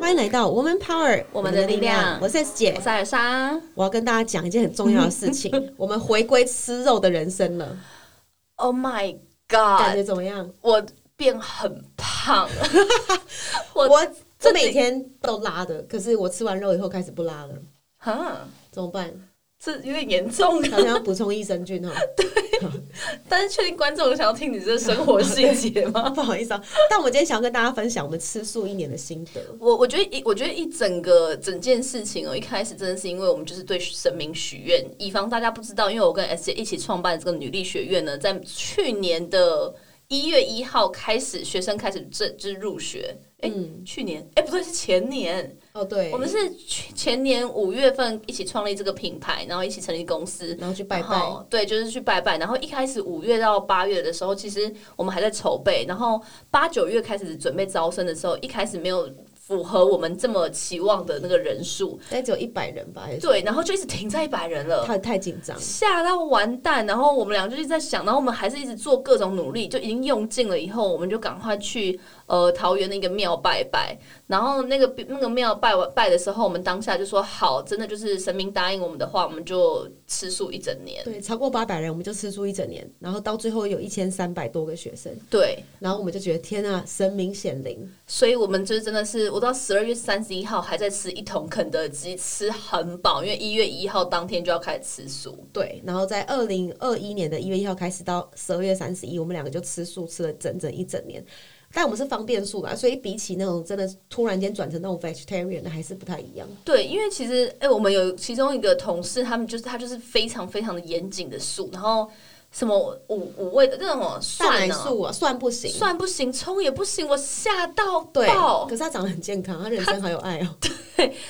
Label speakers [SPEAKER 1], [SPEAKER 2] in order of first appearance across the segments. [SPEAKER 1] 欢迎来到 Woman Power，
[SPEAKER 2] 我们的力量
[SPEAKER 1] 我是 S 姐
[SPEAKER 2] 我，是尔莎。
[SPEAKER 1] 我要跟大家讲一件很重要的事情， 我们回归吃肉的人生了，
[SPEAKER 2] Oh my
[SPEAKER 1] 感
[SPEAKER 2] god！
[SPEAKER 1] 觉怎么样？
[SPEAKER 2] 我变很胖了，
[SPEAKER 1] 我
[SPEAKER 2] 我
[SPEAKER 1] 我
[SPEAKER 2] 这
[SPEAKER 1] 每
[SPEAKER 2] 里
[SPEAKER 1] 天都拉的，可是我吃完肉以后开始不拉了，
[SPEAKER 2] 哈，
[SPEAKER 1] 怎么办？
[SPEAKER 2] 这有点严重
[SPEAKER 1] 好
[SPEAKER 2] 了。
[SPEAKER 1] 像要补充益生菌哦哈。
[SPEAKER 2] 但是确定观众想要听你这生活细节吗？
[SPEAKER 1] 不好意思啊，但我们今天想要跟大家分享我们吃素一年的心得。
[SPEAKER 2] 我我觉得一我觉得一整个整件事情哦，一开始真的是因为我们就是对神明许愿，以防大家不知道，因为我跟 S 姐一起创办这个女力学院呢，在去年的一月一号开始，学生开始正就是入学。哎、去年哎、不对，是前年，
[SPEAKER 1] 哦，对
[SPEAKER 2] 我，们是去前年五月份一起创立这个品牌，然后一起成立公司。
[SPEAKER 1] 然后去拜
[SPEAKER 2] 然
[SPEAKER 1] 拜，
[SPEAKER 2] 后对，就是去拜拜。然后一开始五月到八月的时候，其实我们还在筹备。然后八九月开始准备招生的时候，一开始没有符合我们这么期望的那个人数，
[SPEAKER 1] 大概只有一百人吧，还是
[SPEAKER 2] 对，然后就一直停在一百人了。
[SPEAKER 1] 太太紧张。
[SPEAKER 2] 吓到完蛋，然后我们俩就一直在想，然后我们还是一直做各种努力，就已经用尽了。以后我们就赶快去呃桃园的一个庙拜拜，然后那个那个庙拜完拜的时候，我们当下就说好，真的就是神明答应我们的话，我们就吃素一整年。
[SPEAKER 1] 对，超过八百人，我们就吃素一整年，然后到最后有一千三百多个学生，
[SPEAKER 2] 对，
[SPEAKER 1] 然后我们就觉得天啊，神明显灵，
[SPEAKER 2] 所以我们就是真的是，我到十二月三十一号还在吃一桶肯德基，吃很饱，因为一月一号当天就要开始吃素。
[SPEAKER 1] 对，然后在二零二一年的一月一号开始到十二月三十一，我们两个就吃素吃了整整一整年。但我们是方便素啦，所以比起那种真的突然间转成那种 vegetarian 的，还是不太一样。
[SPEAKER 2] 对，因为其实哎、我们有其中一个同事，他们就是他就是非常非常的严谨的素，然后什么五五味的那种
[SPEAKER 1] 蛋
[SPEAKER 2] 蒜
[SPEAKER 1] 奶
[SPEAKER 2] 呢、
[SPEAKER 1] 素啊，蒜不行，
[SPEAKER 2] 蒜不行，葱也不行，我吓到
[SPEAKER 1] 对，
[SPEAKER 2] 爆
[SPEAKER 1] 可。是他长得很健 康，他人生好有爱哦、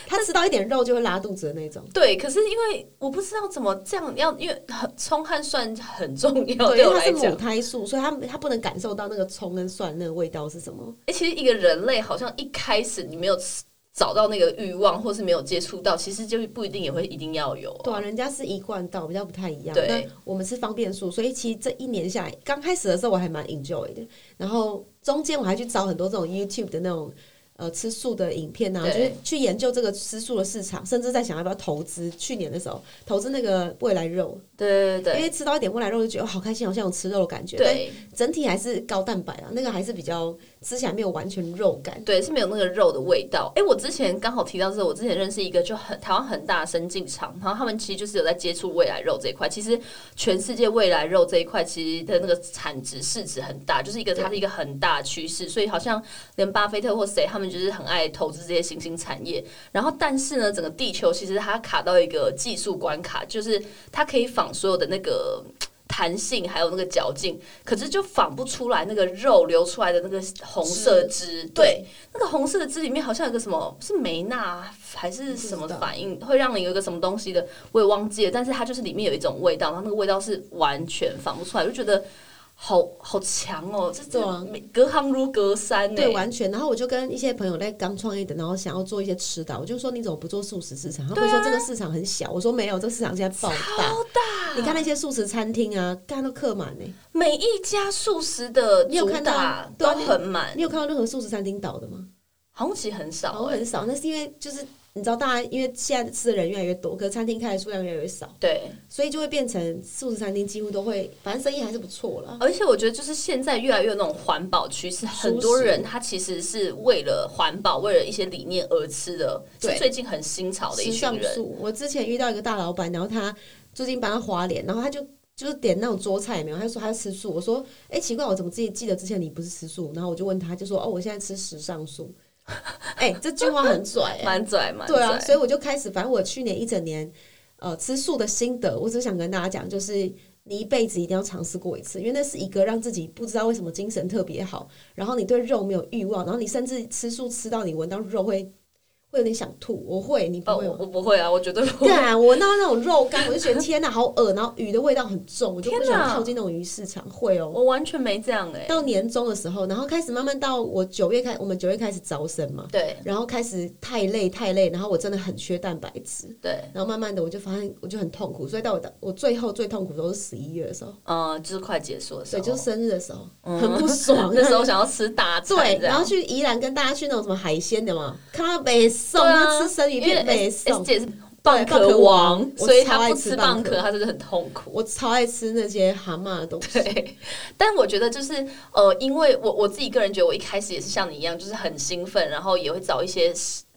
[SPEAKER 1] 他吃到一点肉就会拉肚子的那种。
[SPEAKER 2] 对，可是因为我不知道怎么这样，要因为很葱和蒜很重要，
[SPEAKER 1] 对，
[SPEAKER 2] 对
[SPEAKER 1] 因
[SPEAKER 2] 我
[SPEAKER 1] 为他
[SPEAKER 2] 来
[SPEAKER 1] 是
[SPEAKER 2] 讲
[SPEAKER 1] 母，胎素，所以他他不能感受到那个葱跟蒜那个味道是什么。
[SPEAKER 2] 哎、其实一个人类好像一开始你没有吃找到那个欲望，或是没有接触到，其实就不一定也会一定要有。
[SPEAKER 1] 对啊，人家是一贯道，比较不太一样。
[SPEAKER 2] 对
[SPEAKER 1] 那我们是方便素，所以其实这一年下来，刚开始的时候我还蛮 enjoy 的，然后中间我还去找很多这种 YouTube 的那种。呃，吃素的影片啊，
[SPEAKER 2] 对
[SPEAKER 1] 就是去研究这个吃素的市场，甚至在想要不要投资。去年的时候，投资那个未来肉，
[SPEAKER 2] 对对
[SPEAKER 1] 因
[SPEAKER 2] 对
[SPEAKER 1] 为吃到一点未来肉就觉得、哦、好开心，好像有吃肉的感觉。
[SPEAKER 2] 对，对
[SPEAKER 1] 但整体还是高蛋白啊，那个还是比较吃起来没有完全肉感。
[SPEAKER 2] 对，是没有那个肉的味道。哎、我之前刚好提到这个，我之前认识一个就很台湾很大的生进厂，然后他们其实就是有在接触未来肉这一块。其实全世界未来肉这一块其实的那个产值市值很大，就是一个它是一个很大的趋势，所以好像连巴菲特或谁他们就是很爱投资这些新兴产业。然后，但是呢，整个地球其实它卡到一个技术关卡，就是它可以仿所有的那个。弹性还有那个嚼劲，可是就仿不出来那个肉流出来的那个红色汁，对，那个红色的汁里面好像有个什么是梅纳还是什么反应，会让你有一个什么东西的，我也忘记了。但是它就是里面有一种味道，然后那个味道是完全仿不出来，就觉得好好强哦，这
[SPEAKER 1] 对啊
[SPEAKER 2] 种隔行如隔山欸呢、
[SPEAKER 1] 对，完全。然后我就跟一些朋友在刚创业的，然后想要做一些吃的，啊我就说你怎么不做素食市场？他们说这个市场很小，我说没有，这个市场现在爆大。
[SPEAKER 2] 啊超大，
[SPEAKER 1] 你看那些素食餐厅啊，干都客满呢、
[SPEAKER 2] 每一家素食的
[SPEAKER 1] 你有
[SPEAKER 2] 主
[SPEAKER 1] 看
[SPEAKER 2] 打
[SPEAKER 1] 到
[SPEAKER 2] 都
[SPEAKER 1] 对啊
[SPEAKER 2] 很满，
[SPEAKER 1] 你有看到任何素食餐厅倒的吗？
[SPEAKER 2] 好像其实很
[SPEAKER 1] 好
[SPEAKER 2] 少
[SPEAKER 1] 像
[SPEAKER 2] 哎、
[SPEAKER 1] 很少，那是因为就是你知道，大家因为现在吃的人越来越多，可是餐厅开的数量越来越少，
[SPEAKER 2] 对，
[SPEAKER 1] 所以就会变成素食餐厅几乎都会，反正生意还是不错啦。
[SPEAKER 2] 而且我觉得就是现在越来越有那种环保趋势，很多人他其实是为了环保、为了一些理念而吃的，
[SPEAKER 1] 对
[SPEAKER 2] 是最近很新潮的
[SPEAKER 1] 时
[SPEAKER 2] 一群
[SPEAKER 1] 尚
[SPEAKER 2] 人。
[SPEAKER 1] 素。我之前遇到一个大老板，然后他最近搬到花莲，然后他就就是点那种桌菜没有，他就说他吃素。我说，哎、奇怪，我怎么自己记得之前你不是吃素？然后我就问他，就说，哦，我现在吃时尚素。哎、这句话很 拽、哎
[SPEAKER 2] 蛮拽，蛮
[SPEAKER 1] 对啊，
[SPEAKER 2] 拽，
[SPEAKER 1] 所以我就开始，反正我去年一整年，呃，吃素的心得，我只想跟大家讲，就是你一辈子一定要尝试过一次，因为那是一个让自己不知道为什么精神特别好，然后你对肉没有欲望，然后你甚至吃素吃到你闻到肉会会有点想吐，我会，你不
[SPEAKER 2] 哦，
[SPEAKER 1] 会
[SPEAKER 2] 我
[SPEAKER 1] 吗？
[SPEAKER 2] 我不会啊，我绝 对不会。
[SPEAKER 1] 干，我闻到那种肉干，我就觉得天哪，好恶，然后鱼的味道很重，我就不
[SPEAKER 2] 天哪
[SPEAKER 1] 想靠近那种鱼市场。会哦，
[SPEAKER 2] 我完全没这样哎、
[SPEAKER 1] 到年终的时候，然后开始慢慢到我九月开，我们九月开始招生嘛，
[SPEAKER 2] 对
[SPEAKER 1] 然后开始太累太累，然后我真的很缺蛋白质，
[SPEAKER 2] 对，
[SPEAKER 1] 然后慢慢的我就发现我就很痛苦，所以到我的我最后最痛苦都是十一月的时候，
[SPEAKER 2] 嗯、就是快结束的时
[SPEAKER 1] 对，
[SPEAKER 2] 候，
[SPEAKER 1] 就是生日的时候，
[SPEAKER 2] 嗯
[SPEAKER 1] 很不爽
[SPEAKER 2] 。那时候想要吃大餐
[SPEAKER 1] 对，
[SPEAKER 2] 这
[SPEAKER 1] 然
[SPEAKER 2] 样
[SPEAKER 1] 后去宜兰跟大家去那种什么海 鲜的嘛，看到北宋，
[SPEAKER 2] 对啊
[SPEAKER 1] 那吃生鱼
[SPEAKER 2] 因为
[SPEAKER 1] 片北
[SPEAKER 2] S
[SPEAKER 1] 宋
[SPEAKER 2] S，姐是
[SPEAKER 1] 对
[SPEAKER 2] 蚌
[SPEAKER 1] 蚌壳
[SPEAKER 2] 壳王，
[SPEAKER 1] 我
[SPEAKER 2] 所以
[SPEAKER 1] 超
[SPEAKER 2] 她
[SPEAKER 1] 爱
[SPEAKER 2] 不
[SPEAKER 1] 吃
[SPEAKER 2] 吃
[SPEAKER 1] 蚌
[SPEAKER 2] 蚌
[SPEAKER 1] 壳
[SPEAKER 2] 壳，她就是很痛苦。
[SPEAKER 1] 我超爱吃那些蛤蟆的东西。
[SPEAKER 2] 对，但我觉得就是呃，因为我我自己个人觉得，我一开始也是像你一样，就是很兴奋，然后也会找一些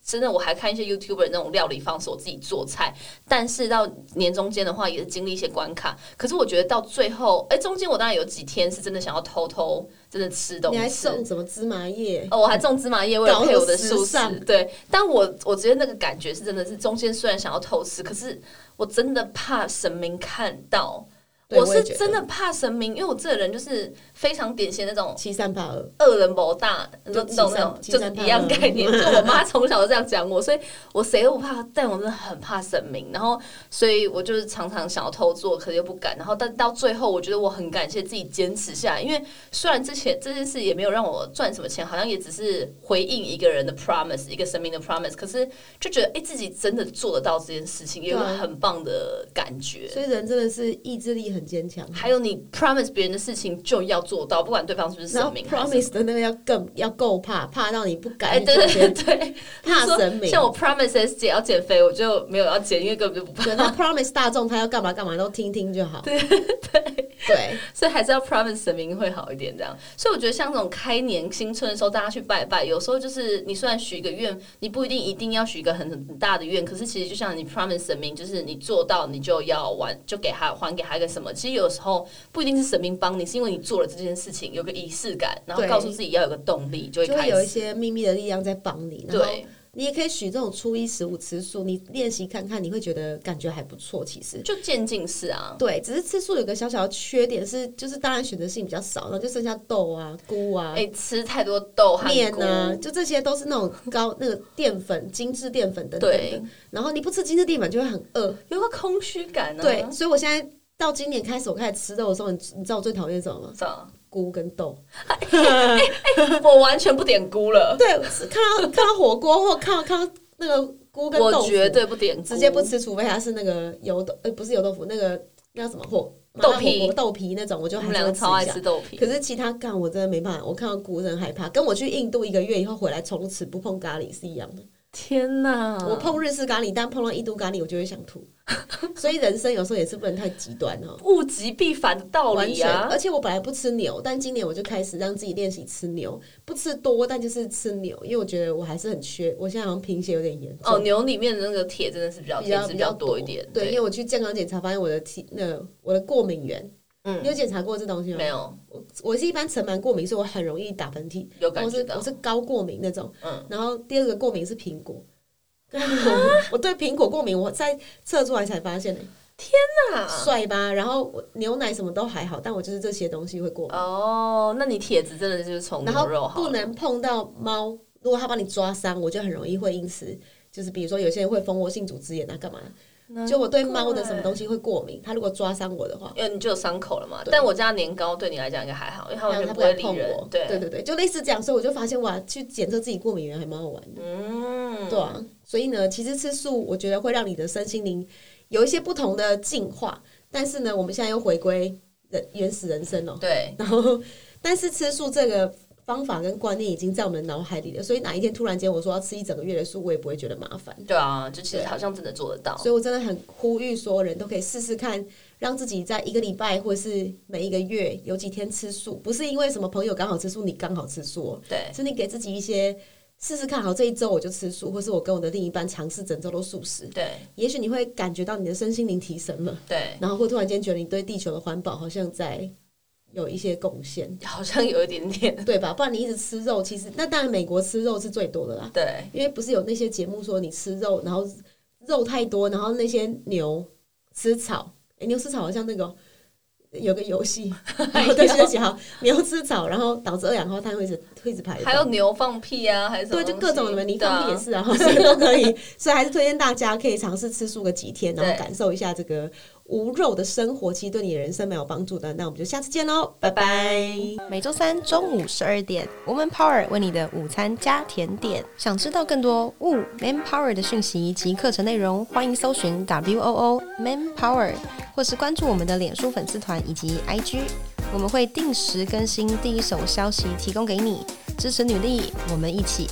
[SPEAKER 2] 真的，我还看一些 YouTuber 那种料理方式，我自己做菜。但是到年中间的话，也是经历一些关卡。可是我觉得到最后，哎、中间我当然有几天是真的想要偷偷真的吃东
[SPEAKER 1] 你还
[SPEAKER 2] 西。
[SPEAKER 1] 送什么芝麻叶？
[SPEAKER 2] 哦，我还种芝麻叶为了
[SPEAKER 1] 搞
[SPEAKER 2] 配
[SPEAKER 1] 得
[SPEAKER 2] 我的
[SPEAKER 1] 时
[SPEAKER 2] 素食
[SPEAKER 1] 尚，
[SPEAKER 2] 对，但我我觉得那个感觉是真的是中间虽然想要偷吃，可是我真的怕神明看到，
[SPEAKER 1] 对
[SPEAKER 2] 我
[SPEAKER 1] 我也
[SPEAKER 2] 是
[SPEAKER 1] 觉得
[SPEAKER 2] 真的怕神明，因为我这个人就是非常典型的那种
[SPEAKER 1] 七三八二，
[SPEAKER 2] 恶人谋大，你
[SPEAKER 1] 就
[SPEAKER 2] 懂懂那种，
[SPEAKER 1] 欺
[SPEAKER 2] 就
[SPEAKER 1] 善
[SPEAKER 2] 是
[SPEAKER 1] 欺善怕
[SPEAKER 2] 一样
[SPEAKER 1] 恶
[SPEAKER 2] 概 念。就我妈从小就这样讲我，所以我谁都不怕，但我真的很怕神明。然后，所以我就是常常想要偷做，可是又不敢。然后，但到最后，我觉得我很感谢自己坚持下来，因为虽然之前这件事也没有让我赚什么钱，好像也只是回应一个人的 promise，一个神明的 promise，可是就觉得哎、诶自己真的做得到这件事情，也有
[SPEAKER 1] 对啊
[SPEAKER 2] 很棒的感觉。
[SPEAKER 1] 所以人真的是意志力很坚强。
[SPEAKER 2] 还有你 promise 别人的事情就要做到，不管对方是不是
[SPEAKER 1] 然后
[SPEAKER 2] 神明还是什么。
[SPEAKER 1] promise 的那个要更要够怕，怕到你不敢，
[SPEAKER 2] 哎，对
[SPEAKER 1] 你就觉
[SPEAKER 2] 对
[SPEAKER 1] 得
[SPEAKER 2] 对，
[SPEAKER 1] 怕神明。
[SPEAKER 2] 像我 promise S 姐要减肥，我就没有要减，因为根本就不怕，
[SPEAKER 1] 对，那 promise 大众他要干嘛干嘛都听听就 好。对对对，
[SPEAKER 2] 所以还是要 promise 神明会好一点这样。所以我觉得像这种开年新春的时候，大家去拜拜，有时候就是你虽然许一个愿，你不一定一定要许一个很很大的愿，可是其实就像你 promise 神明，就是你做到，你就要完，就给他还给他一个什么。其实有时候不一定是神明帮你，是因为你做了这件事情，有个仪式感，然后
[SPEAKER 1] 对
[SPEAKER 2] 告诉自己要有个动力，就会
[SPEAKER 1] 就
[SPEAKER 2] 开
[SPEAKER 1] 会有一
[SPEAKER 2] 始。
[SPEAKER 1] 些秘密的力量在帮你。然后
[SPEAKER 2] 对，
[SPEAKER 1] 你也可以许这种初一十五吃素，你练习看看，你会觉得感觉还不错。其实
[SPEAKER 2] 就渐进式啊。
[SPEAKER 1] 对，只是吃素有个小小的缺点是，就是当然选择性比较少，然后就剩下豆啊、菇啊。
[SPEAKER 2] 哎、吃太多豆和
[SPEAKER 1] 面
[SPEAKER 2] 菇
[SPEAKER 1] 啊，就这些都是那种高那个淀粉、精致淀粉等等
[SPEAKER 2] 对
[SPEAKER 1] 的。，然后你不吃精致淀粉就会很饿，
[SPEAKER 2] 有个空虚感呢、啊。
[SPEAKER 1] 对，所以我现在到今年开始，我开始吃肉的时候，你你知道我最讨厌什么吗？
[SPEAKER 2] 是啊，
[SPEAKER 1] 菇跟豆。
[SPEAKER 2] 我完全不点菇了，
[SPEAKER 1] 对，是看到 看到火锅或看到看到那个菇跟豆
[SPEAKER 2] 我
[SPEAKER 1] 腐，
[SPEAKER 2] 绝对不点菇，
[SPEAKER 1] 直接不吃，除非它是那个油豆，呃，不是油豆腐，那个那叫什么火
[SPEAKER 2] 豆皮
[SPEAKER 1] 麻辣火锅豆皮那种，我就
[SPEAKER 2] 我
[SPEAKER 1] 还
[SPEAKER 2] 们
[SPEAKER 1] 是
[SPEAKER 2] 两
[SPEAKER 1] 会
[SPEAKER 2] 个
[SPEAKER 1] 吃
[SPEAKER 2] 超爱
[SPEAKER 1] 一下
[SPEAKER 2] 吃。豆皮，
[SPEAKER 1] 可是其他干我真的没办法，我看到菇真的害怕。跟我去印度一个月以后回来，从此不碰咖喱是一样的。
[SPEAKER 2] 天哪！
[SPEAKER 1] 我碰日式咖喱，但碰到印度咖喱，我就会想吐。 所以人生有时候也是不能太极端哦。
[SPEAKER 2] 物极必反的道
[SPEAKER 1] 完
[SPEAKER 2] 理
[SPEAKER 1] 全，
[SPEAKER 2] 啊
[SPEAKER 1] 而，且我本来不吃牛，但今年我就开始让自己练习吃牛，不吃多，但就是吃牛，因为我觉得我还是很缺，我现在好像贫血有点严重，
[SPEAKER 2] 哦，牛里面的那个铁真的是比较
[SPEAKER 1] 比
[SPEAKER 2] 铁
[SPEAKER 1] 较
[SPEAKER 2] 质
[SPEAKER 1] 比较
[SPEAKER 2] 多一点，
[SPEAKER 1] 对，因
[SPEAKER 2] 对，
[SPEAKER 1] 为我去健康检查发现我的体那我的过敏源，
[SPEAKER 2] 嗯
[SPEAKER 1] 你有检查过这东西吗？
[SPEAKER 2] 没有
[SPEAKER 1] 我我是一般尘螨过敏，所以我很容易打喷嚏，然
[SPEAKER 2] 有
[SPEAKER 1] 后
[SPEAKER 2] 感
[SPEAKER 1] 我
[SPEAKER 2] 觉
[SPEAKER 1] 是
[SPEAKER 2] 到
[SPEAKER 1] 我，是高过敏那种，
[SPEAKER 2] 嗯，
[SPEAKER 1] 然后第二个过敏是苹 果。啊我对苹果过敏，我在测出来才发现的、欸
[SPEAKER 2] 那
[SPEAKER 1] 帅吧？然后我牛奶什么都还好，但我就是这些东西会过敏。
[SPEAKER 2] 哦，那你铁质真的就是从
[SPEAKER 1] 然
[SPEAKER 2] 牛肉
[SPEAKER 1] 后
[SPEAKER 2] 好
[SPEAKER 1] 不能碰到猫，如果它把你抓伤，我就很容易会因此就是比如说有些人会蜂窝性组织炎啊，干嘛？
[SPEAKER 2] 了，
[SPEAKER 1] 就我对猫的什么
[SPEAKER 2] 西。
[SPEAKER 1] 东西会过敏，它如果抓伤我的话，
[SPEAKER 2] 因为你就有伤口了嘛，
[SPEAKER 1] 对
[SPEAKER 2] 但我家年糕对你来讲应该还好，因为它
[SPEAKER 1] 还
[SPEAKER 2] 完
[SPEAKER 1] 有
[SPEAKER 2] 全
[SPEAKER 1] 它
[SPEAKER 2] 不
[SPEAKER 1] 不
[SPEAKER 2] 会
[SPEAKER 1] 敢
[SPEAKER 2] 理
[SPEAKER 1] 碰
[SPEAKER 2] 人
[SPEAKER 1] 我，，对
[SPEAKER 2] 对，
[SPEAKER 1] 对对，就类似这样，所以我就发现哇，去检测自己过敏源还蛮好玩的，
[SPEAKER 2] 嗯，
[SPEAKER 1] 对啊。所以呢，其实吃素我觉得会让你的身心灵有一些不同的进化，但是呢，我们现在又回归人原始人生哦、
[SPEAKER 2] 对，
[SPEAKER 1] 然后，但是吃素这个方法跟观念已经在我们的脑海里了，所以哪一天突然间我说要吃一整个月的素，我也不会觉得麻烦。
[SPEAKER 2] 对啊，就其
[SPEAKER 1] 对
[SPEAKER 2] 实
[SPEAKER 1] 啊
[SPEAKER 2] 好像真的做得到。
[SPEAKER 1] 所以我真的很呼吁所有人都可以试试看，让自己在一个礼拜或是每一个月有几天吃素，不是因为什么朋友刚好吃素，你刚好吃素、哦，
[SPEAKER 2] 对，
[SPEAKER 1] 是你给自己一些。试试看，好，这一周我就吃素，或是我跟我的另一半尝试整周都素食，
[SPEAKER 2] 对，
[SPEAKER 1] 也许你会感觉到你的身心灵提升了，
[SPEAKER 2] 对，
[SPEAKER 1] 然后会突然间觉得你对地球的环保好像在有一些贡献。
[SPEAKER 2] 好像有一点点。
[SPEAKER 1] 对吧？不然你一直吃肉，其实那当然美国吃肉是最多的啦，
[SPEAKER 2] 对，
[SPEAKER 1] 因为不是有那些节目说你吃肉，然后肉太多，然后那些牛吃草，诶牛吃草好像那个。有个游 戏，然 后对，就是好牛吃草，然后导致二氧化碳会一直会一直排
[SPEAKER 2] 还有牛放屁啊，还是什么
[SPEAKER 1] 对，就各种什么你放
[SPEAKER 2] 放
[SPEAKER 1] 屁也是啊， 所以都可以，所以还是推荐大家可以尝试吃素个几天，然后
[SPEAKER 2] 对
[SPEAKER 1] 感受一下这个无肉的生活，其实对你的人生蛮有帮助的。那我们就下次见喽，拜
[SPEAKER 2] 拜
[SPEAKER 1] 拜
[SPEAKER 3] 每周三中午十二点，Woman Power 为你的午餐加甜点。想知道更多 Wo Man Power 的讯息及课程内容，欢迎搜寻 W O O Man Power，或是关注我们的脸书粉丝团以及 IG，我们会定时更新第一手消息，提供给你支持女力，我们一起